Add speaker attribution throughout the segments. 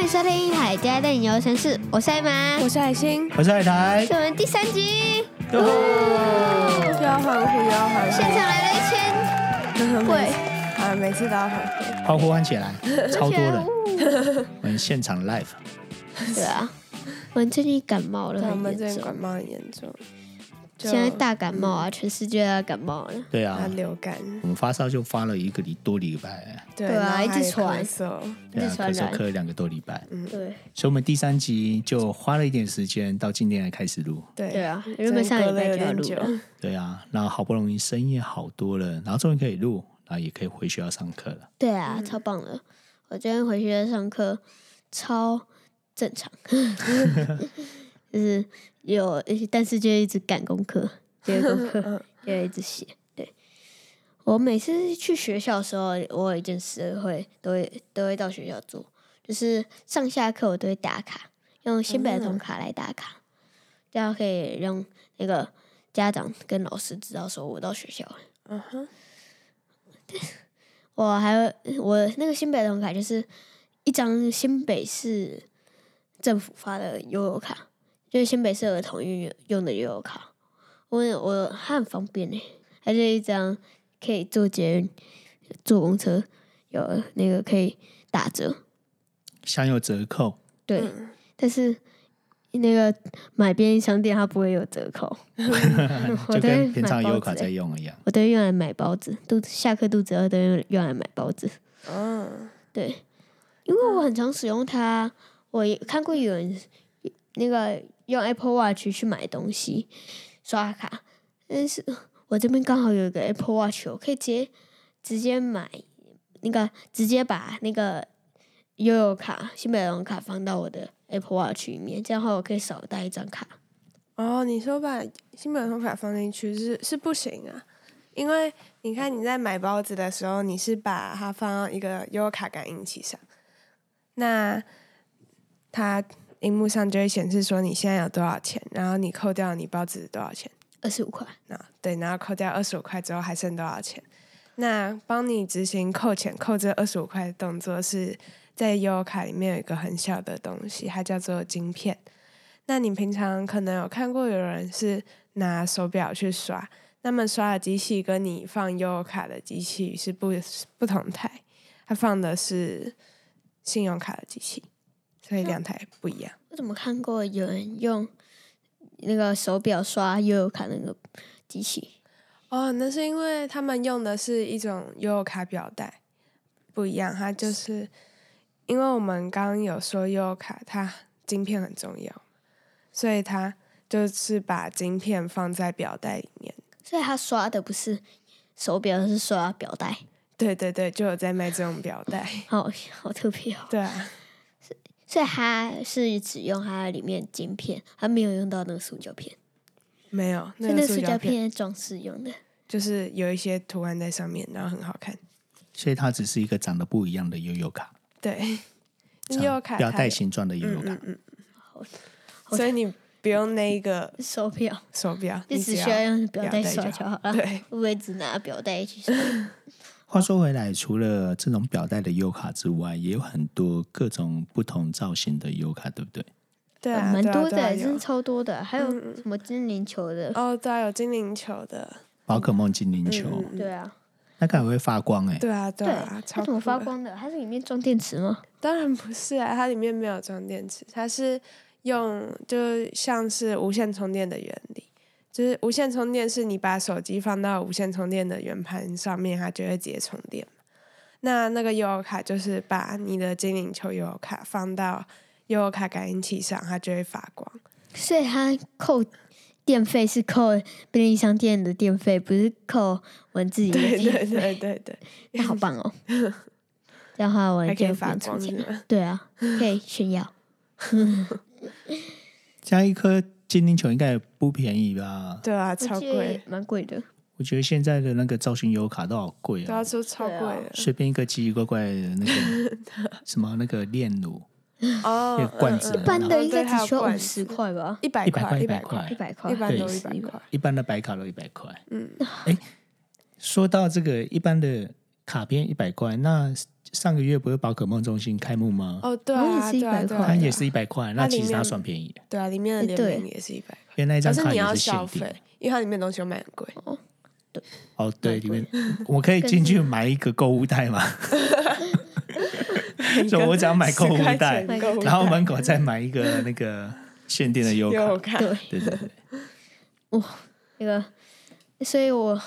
Speaker 1: 迎收听《海家带你游城市》，我是艾玛，
Speaker 2: 我是海星，
Speaker 3: 我是海苔
Speaker 1: 是，我们第三集，
Speaker 3: 哟吼
Speaker 2: 又要欢呼，又要欢
Speaker 1: 现场来了一千
Speaker 2: 呼，
Speaker 1: 位，
Speaker 2: 啊，每次都要欢呼，
Speaker 3: 欢呼欢起来，超多人，
Speaker 1: 人，
Speaker 3: 我们现场 live，
Speaker 1: 对啊，我们最近感冒了
Speaker 2: 对，我
Speaker 1: 很
Speaker 2: 们最
Speaker 1: 严
Speaker 2: 近
Speaker 1: 重，
Speaker 2: 感冒嗯很严重，就
Speaker 1: 现在大感冒啊，全世界都在感冒了，
Speaker 3: 对
Speaker 2: 啊
Speaker 3: 啊，
Speaker 2: 流感，
Speaker 3: 我们发烧就发了一个礼多礼拜，
Speaker 2: 对
Speaker 1: 对啊
Speaker 2: 然后还
Speaker 1: 一直传
Speaker 2: 咳嗽，
Speaker 3: 对
Speaker 1: 一
Speaker 3: 啊，
Speaker 1: 直
Speaker 3: 咳
Speaker 1: 传
Speaker 3: 嗽
Speaker 1: 染嗯
Speaker 3: 咳了两个多礼拜，
Speaker 2: 嗯
Speaker 1: 对
Speaker 3: 所以我们第三集就花了一点时间，到今天才开始录，
Speaker 2: 对
Speaker 1: 对啊，原本上礼拜就要录
Speaker 2: 真的隔了有
Speaker 1: 了
Speaker 2: 点，
Speaker 3: 对啊，然后好不容易深夜好多了，然后终于可以录，然后也可以回学校上课了，
Speaker 1: 对啊，
Speaker 2: 嗯
Speaker 1: 超棒的，我今天回去上课超正常，就是有，但是就一直赶功 课，就功课。
Speaker 2: 嗯，
Speaker 1: 就一直写。对，我每次去学校的时候，我有一件事会都会都会到学校做，就是上下课我都会打卡，用新北同卡来打卡，这样可以让那个家长跟老师知道说我到学校了。
Speaker 2: 嗯哼，
Speaker 1: 我还会我那个新北同卡就是一张新北市政府发的悠游卡，就是新北市儿童用用的悠游卡。我我它很方便呢，它就一张可以坐捷运、坐公车，有那个可以打折。
Speaker 3: 享有折扣，
Speaker 1: 对，
Speaker 2: 嗯
Speaker 1: 但是那个买便利商店它不会有折扣， 我都会
Speaker 3: 就跟平常
Speaker 1: 买
Speaker 3: 悠游
Speaker 1: 包
Speaker 3: 卡
Speaker 1: 子
Speaker 3: 在
Speaker 1: 欸，
Speaker 3: 用一样。
Speaker 1: 我都会用来买包子，肚子下课肚子饿都用用来买包子。
Speaker 2: 嗯，
Speaker 1: 对，因为我很常使用它，我也看过有人那个用 Apple Watch 去买东西刷卡，但是我这边刚好有一个 Apple Watch，我可以直接直接买那个直接把那个悠游卡、新美容卡放到我的 Apple Watch 里面，这样的话我可以少带一张卡。
Speaker 2: 哦，你说把新本头卡放进去是是不行啊，因为你看你在买包子的时候，你是把它放到一个优卡感应器上，那它荧幕上就会显示说你现在有多少钱，然后你扣掉你包子多少钱。
Speaker 1: 二十五块，
Speaker 2: 那对，然后扣掉二十五块之后还剩多少钱？那帮你执行扣钱扣这二十五块的动作是在悠游卡里面有一个很小的东西，它叫做晶片。那你平常可能有看过有人是拿手表去刷，那么刷的机器跟你放悠游卡的机器是不不同台，它放的是信用卡的机器，所以两台不一样。
Speaker 1: 我怎么看过有人用那个手表刷悠游卡那个机器？
Speaker 2: 哦，那是因为他们用的是一种悠游卡表带，不一样。它就是因为我们刚刚有说悠游卡它晶片很重要，所以它就是把晶片放在表带里面。
Speaker 1: 所以他刷的不是手表，而是刷表带，
Speaker 2: 对对对，就有在卖这种表带。
Speaker 1: 好好特别哦。
Speaker 2: 对啊，
Speaker 1: 所以他是只用它里面晶片，他没有用到那个塑胶片，
Speaker 2: 没有
Speaker 1: 所以
Speaker 2: 那
Speaker 1: 那
Speaker 2: 个
Speaker 1: 个塑
Speaker 2: 塑
Speaker 1: 胶
Speaker 2: 胶片，
Speaker 1: 片是装饰用的。
Speaker 2: 就是有一些图案在上面，然后很好看。
Speaker 3: 所以它只是一个长得不一样的悠悠卡，
Speaker 2: 对，悠游卡
Speaker 3: 表
Speaker 2: 它
Speaker 3: 带
Speaker 2: 有，嗯
Speaker 3: 形状的悠悠卡，
Speaker 2: 所以你不用那一个
Speaker 1: 手表
Speaker 2: 手表，
Speaker 1: 就
Speaker 2: 你
Speaker 1: 只
Speaker 2: 只
Speaker 1: 需要用表带
Speaker 2: 啊表带
Speaker 1: 刷
Speaker 2: 就
Speaker 1: 就
Speaker 2: 好
Speaker 1: 好了，
Speaker 2: 对
Speaker 1: 会不会只拿表带一起刷？
Speaker 3: 话说回来，除了这种表带的优卡之外，也有很多各种不同造型的优卡，对不对？
Speaker 2: 对啊，
Speaker 1: 呃蛮
Speaker 2: 对啊
Speaker 1: 多
Speaker 2: 对啊
Speaker 1: 的，
Speaker 2: 有嗯
Speaker 1: 真的超多的，还有什么精灵球的，
Speaker 2: 哦，对啊，有精灵球的，
Speaker 3: 宝可梦精灵球，
Speaker 2: 嗯
Speaker 1: 对啊，
Speaker 3: 那个还会发光哎、
Speaker 2: 对啊，对
Speaker 1: 对
Speaker 2: 啊，，超
Speaker 1: 它怎么
Speaker 2: 酷
Speaker 1: 发
Speaker 2: 的？
Speaker 1: 光的？它是里面装电池吗？
Speaker 2: 当然不是啊，它里面没有装电池，它是用就像是无线充电的原理，就是无线充电是你把手机放到无线充电的圆盘上面，它就会直接充电嘛那那个悠游卡就是把你的精灵球悠游卡放到悠游卡感应器上，它就会发光。
Speaker 1: 所以它扣电费是扣便利商店的电费，不是扣我们自己的
Speaker 2: 对
Speaker 1: 电
Speaker 2: 对
Speaker 1: 费。
Speaker 2: 对对对，
Speaker 1: 那好棒哦！这样的话我
Speaker 2: 还可以
Speaker 1: 就
Speaker 2: 发
Speaker 1: 变
Speaker 2: 光
Speaker 1: 出钱
Speaker 2: 是
Speaker 1: 了。
Speaker 2: 吗？
Speaker 1: 对啊，可以炫耀。
Speaker 3: 这样一颗精灵球应该也不便宜吧？
Speaker 2: 对啊，
Speaker 1: 我
Speaker 2: 超
Speaker 1: 记得
Speaker 2: 贵
Speaker 1: 也，蛮贵 的。
Speaker 3: 我觉得现在的那个造型优卡都好贵
Speaker 2: 都要
Speaker 3: 啊，
Speaker 2: 说超
Speaker 1: 对
Speaker 2: 贵
Speaker 1: 啊
Speaker 2: 了。
Speaker 3: 随便一个奇奇怪怪的那 个
Speaker 2: 啊
Speaker 3: 什么那个炼乳，
Speaker 2: 哦，
Speaker 3: 那个罐子
Speaker 1: 一
Speaker 3: 般
Speaker 1: 般
Speaker 3: 的
Speaker 1: 的应该只需要五十，块吧，
Speaker 2: 一百
Speaker 3: 一百块
Speaker 2: 块，
Speaker 3: 一
Speaker 2: 百
Speaker 3: 百，块
Speaker 1: 一，百块，
Speaker 2: 一般都
Speaker 3: 对
Speaker 2: 一百块。
Speaker 3: 一般的白卡都一百块。
Speaker 2: 嗯，
Speaker 3: 说到这个一般的卡片一百块，那上个月不是宝可梦中心开幕吗？
Speaker 2: 哦，对啊，
Speaker 1: 也是
Speaker 2: 对啊，
Speaker 1: 100
Speaker 2: 对
Speaker 1: 块
Speaker 3: 它
Speaker 2: 啊，
Speaker 3: 也是一百块，那
Speaker 2: 它里
Speaker 3: 其实它
Speaker 2: 面
Speaker 3: 算便宜，
Speaker 2: 对啊，里面的
Speaker 1: 哎
Speaker 2: 联
Speaker 1: 对
Speaker 2: 名也是一百块，
Speaker 3: 因为那一
Speaker 2: 但
Speaker 3: 张
Speaker 2: 是
Speaker 3: 卡
Speaker 2: 你
Speaker 3: 也
Speaker 2: 要
Speaker 3: 是
Speaker 2: 消
Speaker 3: 限定
Speaker 2: 费。，因为它里面的东西又卖很贵。
Speaker 3: 哦，对，
Speaker 1: 蛮
Speaker 3: 里
Speaker 1: 贵
Speaker 3: 面我可以
Speaker 1: 更
Speaker 3: 进去
Speaker 1: 是
Speaker 3: 买一个购物袋吗？就 我只要买购物
Speaker 2: 10块
Speaker 3: 袋
Speaker 2: 钱购物
Speaker 3: 然后
Speaker 2: 袋
Speaker 3: 门口再买一个那个限定的优
Speaker 2: 有
Speaker 3: 卡，
Speaker 2: 看
Speaker 1: 对，
Speaker 3: 对对对，
Speaker 1: 那个，所以我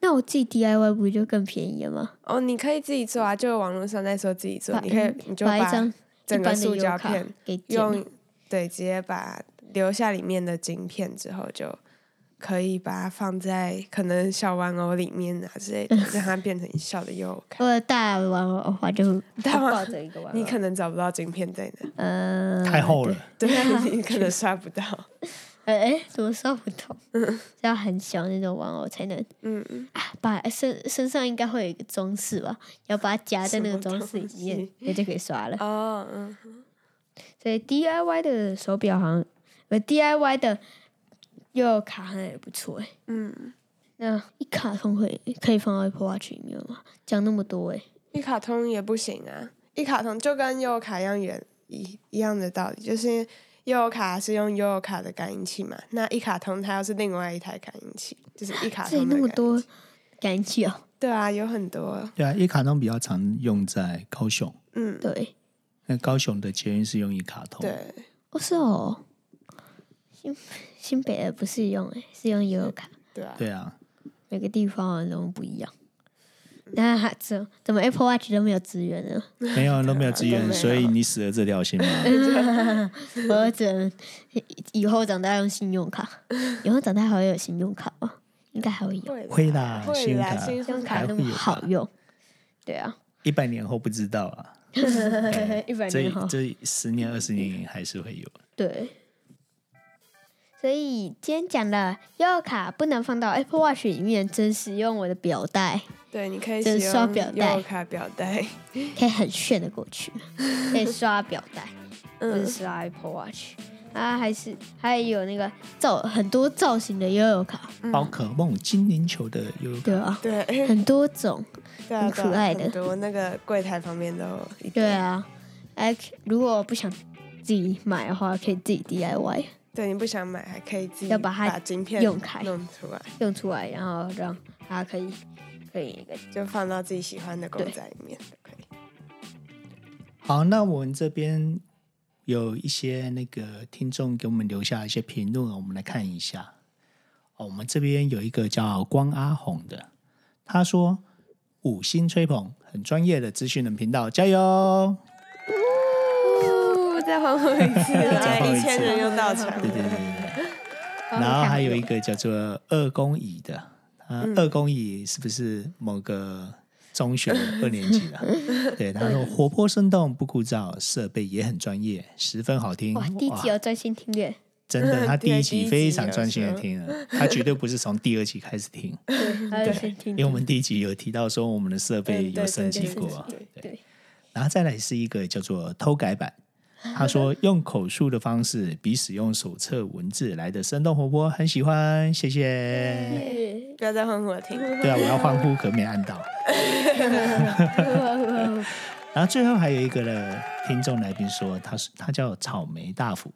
Speaker 1: 那我自己 DIY 不就更便宜了吗？
Speaker 2: 哦，你可以自己做啊，就网络上在说自己做，
Speaker 1: 把
Speaker 2: 你可以你就
Speaker 1: 把一张
Speaker 2: 整
Speaker 1: 一
Speaker 2: 个
Speaker 1: 般的
Speaker 2: 塑胶
Speaker 1: U 卡
Speaker 2: 片
Speaker 1: 给剪
Speaker 2: 用对直接把留下里面的晶片之后，就可以把它放在可能小玩偶里面啊 之类的，让它变成一笑的优
Speaker 1: 如
Speaker 2: 卡。
Speaker 1: 果大玩偶的话，就
Speaker 2: 大玩偶
Speaker 1: 抱着一个玩偶，
Speaker 2: 你可能找不到晶片在哪，
Speaker 1: 呃
Speaker 3: 太厚了。
Speaker 2: 对，
Speaker 1: 啊
Speaker 2: 你可能刷不 到。
Speaker 1: 哎、哎，怎么说不 通？是要很小那种玩偶才能
Speaker 2: 嗯，嗯
Speaker 1: 啊，把身身上应该会有一个装饰吧，要把它夹在那个装饰里
Speaker 2: 什么
Speaker 1: 面，那就可以刷了。
Speaker 2: 哦，嗯，
Speaker 1: 所以 DIY 的手表好像，呃，DIY 的又卡好像也不错哎。
Speaker 2: 嗯，
Speaker 1: 那一卡通可以可以放到 Apple Watch 里面吗？讲那么多哎，
Speaker 2: 一卡通也不行啊，一卡通就跟悠游卡一样远一一样的道理，就是悠游卡是用悠游卡的感应器嘛，那一卡通它又是另外一台感应器，就是一卡
Speaker 1: 这里那
Speaker 2: 通的感应
Speaker 1: 么
Speaker 2: 器
Speaker 1: 多感觉哦。
Speaker 2: 对啊，有很多，
Speaker 3: 对啊，一卡通比较常用在高雄，
Speaker 2: 嗯，
Speaker 1: 对，
Speaker 3: 那高雄的捷运是用一卡通，
Speaker 2: 对，
Speaker 1: 哦是哦，新新北的不是用哎，是用 U 卡。
Speaker 2: 对啊，
Speaker 3: 对啊，
Speaker 1: 每个地方啊都不一样。那还怎怎么 Apple Watch 都没有资源呢？
Speaker 3: 没有都没有资
Speaker 2: 都
Speaker 3: 源，
Speaker 2: 没有
Speaker 3: 所以你死了这条 心嘛。
Speaker 1: 我只能以后长大用信用卡。以后长大还会有信用卡吗？应该还会有。
Speaker 3: 会啦
Speaker 2: 会
Speaker 3: 信用
Speaker 2: 啦，
Speaker 3: 卡
Speaker 2: 信
Speaker 1: 信
Speaker 2: 用
Speaker 1: 用
Speaker 2: 卡
Speaker 1: 卡那么好用，对啊，
Speaker 3: 一百年后不知道啊，
Speaker 1: 一百
Speaker 3: 这
Speaker 1: 年后
Speaker 3: 这十年二十年还是会有。
Speaker 1: 对。所以今天讲的优卡不能放到 Apple Watch 里面，只使用我的表带，
Speaker 2: 对，你可以
Speaker 1: 这
Speaker 2: 使
Speaker 1: 是刷
Speaker 2: 用
Speaker 1: 表
Speaker 2: 悠
Speaker 1: 带
Speaker 2: 游卡表 带，
Speaker 1: 可以很炫的过 去，可以刷表带。不是
Speaker 2: 嗯，
Speaker 1: 是 Apple Watch，啊，还是还有那个造很多造型的悠游卡，
Speaker 3: 宝可梦精灵球的优
Speaker 1: 对啊，
Speaker 2: 对，
Speaker 1: 很多种，
Speaker 2: 对啊，
Speaker 1: 很
Speaker 2: 对啊
Speaker 1: 可爱的
Speaker 2: 很多那个柜台旁边都有一堆
Speaker 1: 对啊，哎，如果我不想自己买的话，可以自己 DIY
Speaker 2: 对，你不想买还可以自己
Speaker 1: 要把它
Speaker 2: 晶片
Speaker 1: 用开
Speaker 2: 弄出来，
Speaker 1: 用出来，然后让它可以可以那个
Speaker 2: 就放到自己喜欢的公仔里面就可以。
Speaker 3: 好，那我们这边有一些那个听众给我们留下一些评论，我们来看一下。哦，我们这边有一个叫光阿红的，他说五星吹捧，很专业的资讯的频道，加油！
Speaker 2: 哦，再换我一次，
Speaker 3: 再换我一
Speaker 2: 来啊一
Speaker 3: 次
Speaker 2: 千人又到场了。
Speaker 3: 对对对对对。然后还有一个叫做二公乙的，啊，二公乙是不是某个中学二年级的？对，他说活泼生动，不枯燥，设备也很专业，十分好听。
Speaker 1: 哇，第一集要专心听耶，
Speaker 3: 真 的，他第一
Speaker 2: 第一
Speaker 3: 集
Speaker 2: 集
Speaker 3: 非常专心的
Speaker 2: 有时候
Speaker 3: 听了，他绝对不是从第二集开始 听，
Speaker 1: 对，还要先听
Speaker 3: 因为我们第一集有提到说我们的设备有升级过啊
Speaker 2: 嗯对对对对，
Speaker 3: 对
Speaker 1: 对，
Speaker 3: 然后再来是一个叫做偷改版，他说用口述的方式比使用手册文字来的生动活泼，很喜欢，谢谢。
Speaker 1: 对
Speaker 2: 不要再换我听，
Speaker 1: 嗯
Speaker 3: 对啊，我要欢呼，可没按到。 然后最后还有一个呢，听众来宾说，他是他叫草莓大福，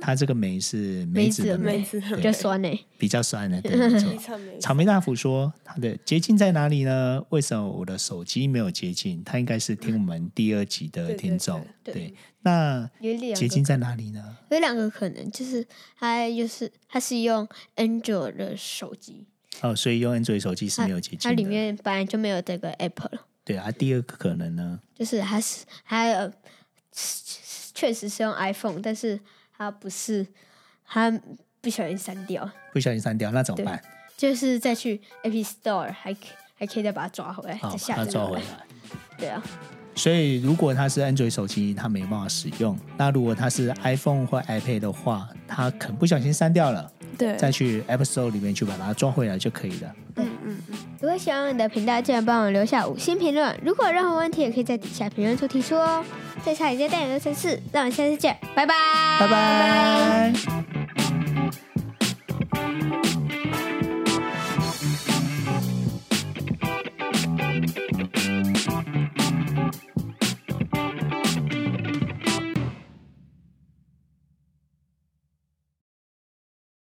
Speaker 3: 他这个莓是 梅子的
Speaker 1: 梅
Speaker 3: 梅，
Speaker 2: 子的
Speaker 3: 对
Speaker 1: 比较酸呢，
Speaker 3: 比较酸的，对，没错
Speaker 2: 非。常美。
Speaker 3: 草莓大福说：“他的捷径在哪里呢？为什么我的手机没有捷径？他应该是听我们第二集的听众。
Speaker 1: 对对对
Speaker 3: 那
Speaker 1: 有两
Speaker 3: 捷
Speaker 1: 个
Speaker 3: 径在哪里呢？
Speaker 1: 有两个可能，就是它就是它是用 Android 的手机，
Speaker 3: 哦，所以用 Android 手机是没有捷
Speaker 1: 它
Speaker 3: 径的。
Speaker 1: 里面本来就没有这个 app 了。
Speaker 3: 对啊，第二个可能呢，
Speaker 1: 就是还是还有确实是用 iPhone，但是它不是它不小心删掉，
Speaker 3: 不小心删掉，那怎么办？
Speaker 1: 就是再去 App Store 还可还可以再把它抓回来，再
Speaker 3: 好、哦把
Speaker 1: 下
Speaker 3: 它
Speaker 1: 载
Speaker 3: 抓
Speaker 1: 回
Speaker 3: 回
Speaker 1: 来。
Speaker 3: 来。
Speaker 1: 对啊，
Speaker 3: 所以如果它是 Android 手机，它没办法使用；那如果它是 iPhone 或 iPad 的话，它可能不小心删掉了，
Speaker 2: 对，
Speaker 3: 再去 App Store 里面去把它抓回来就可以了。
Speaker 2: 嗯嗯嗯，
Speaker 1: 如果喜欢我们的频道，记得帮我留下五星评论。如果有任何问题，也可以在底下评论处提出哦。在下一届带你的城市，让我们下次见，拜拜，
Speaker 3: 拜拜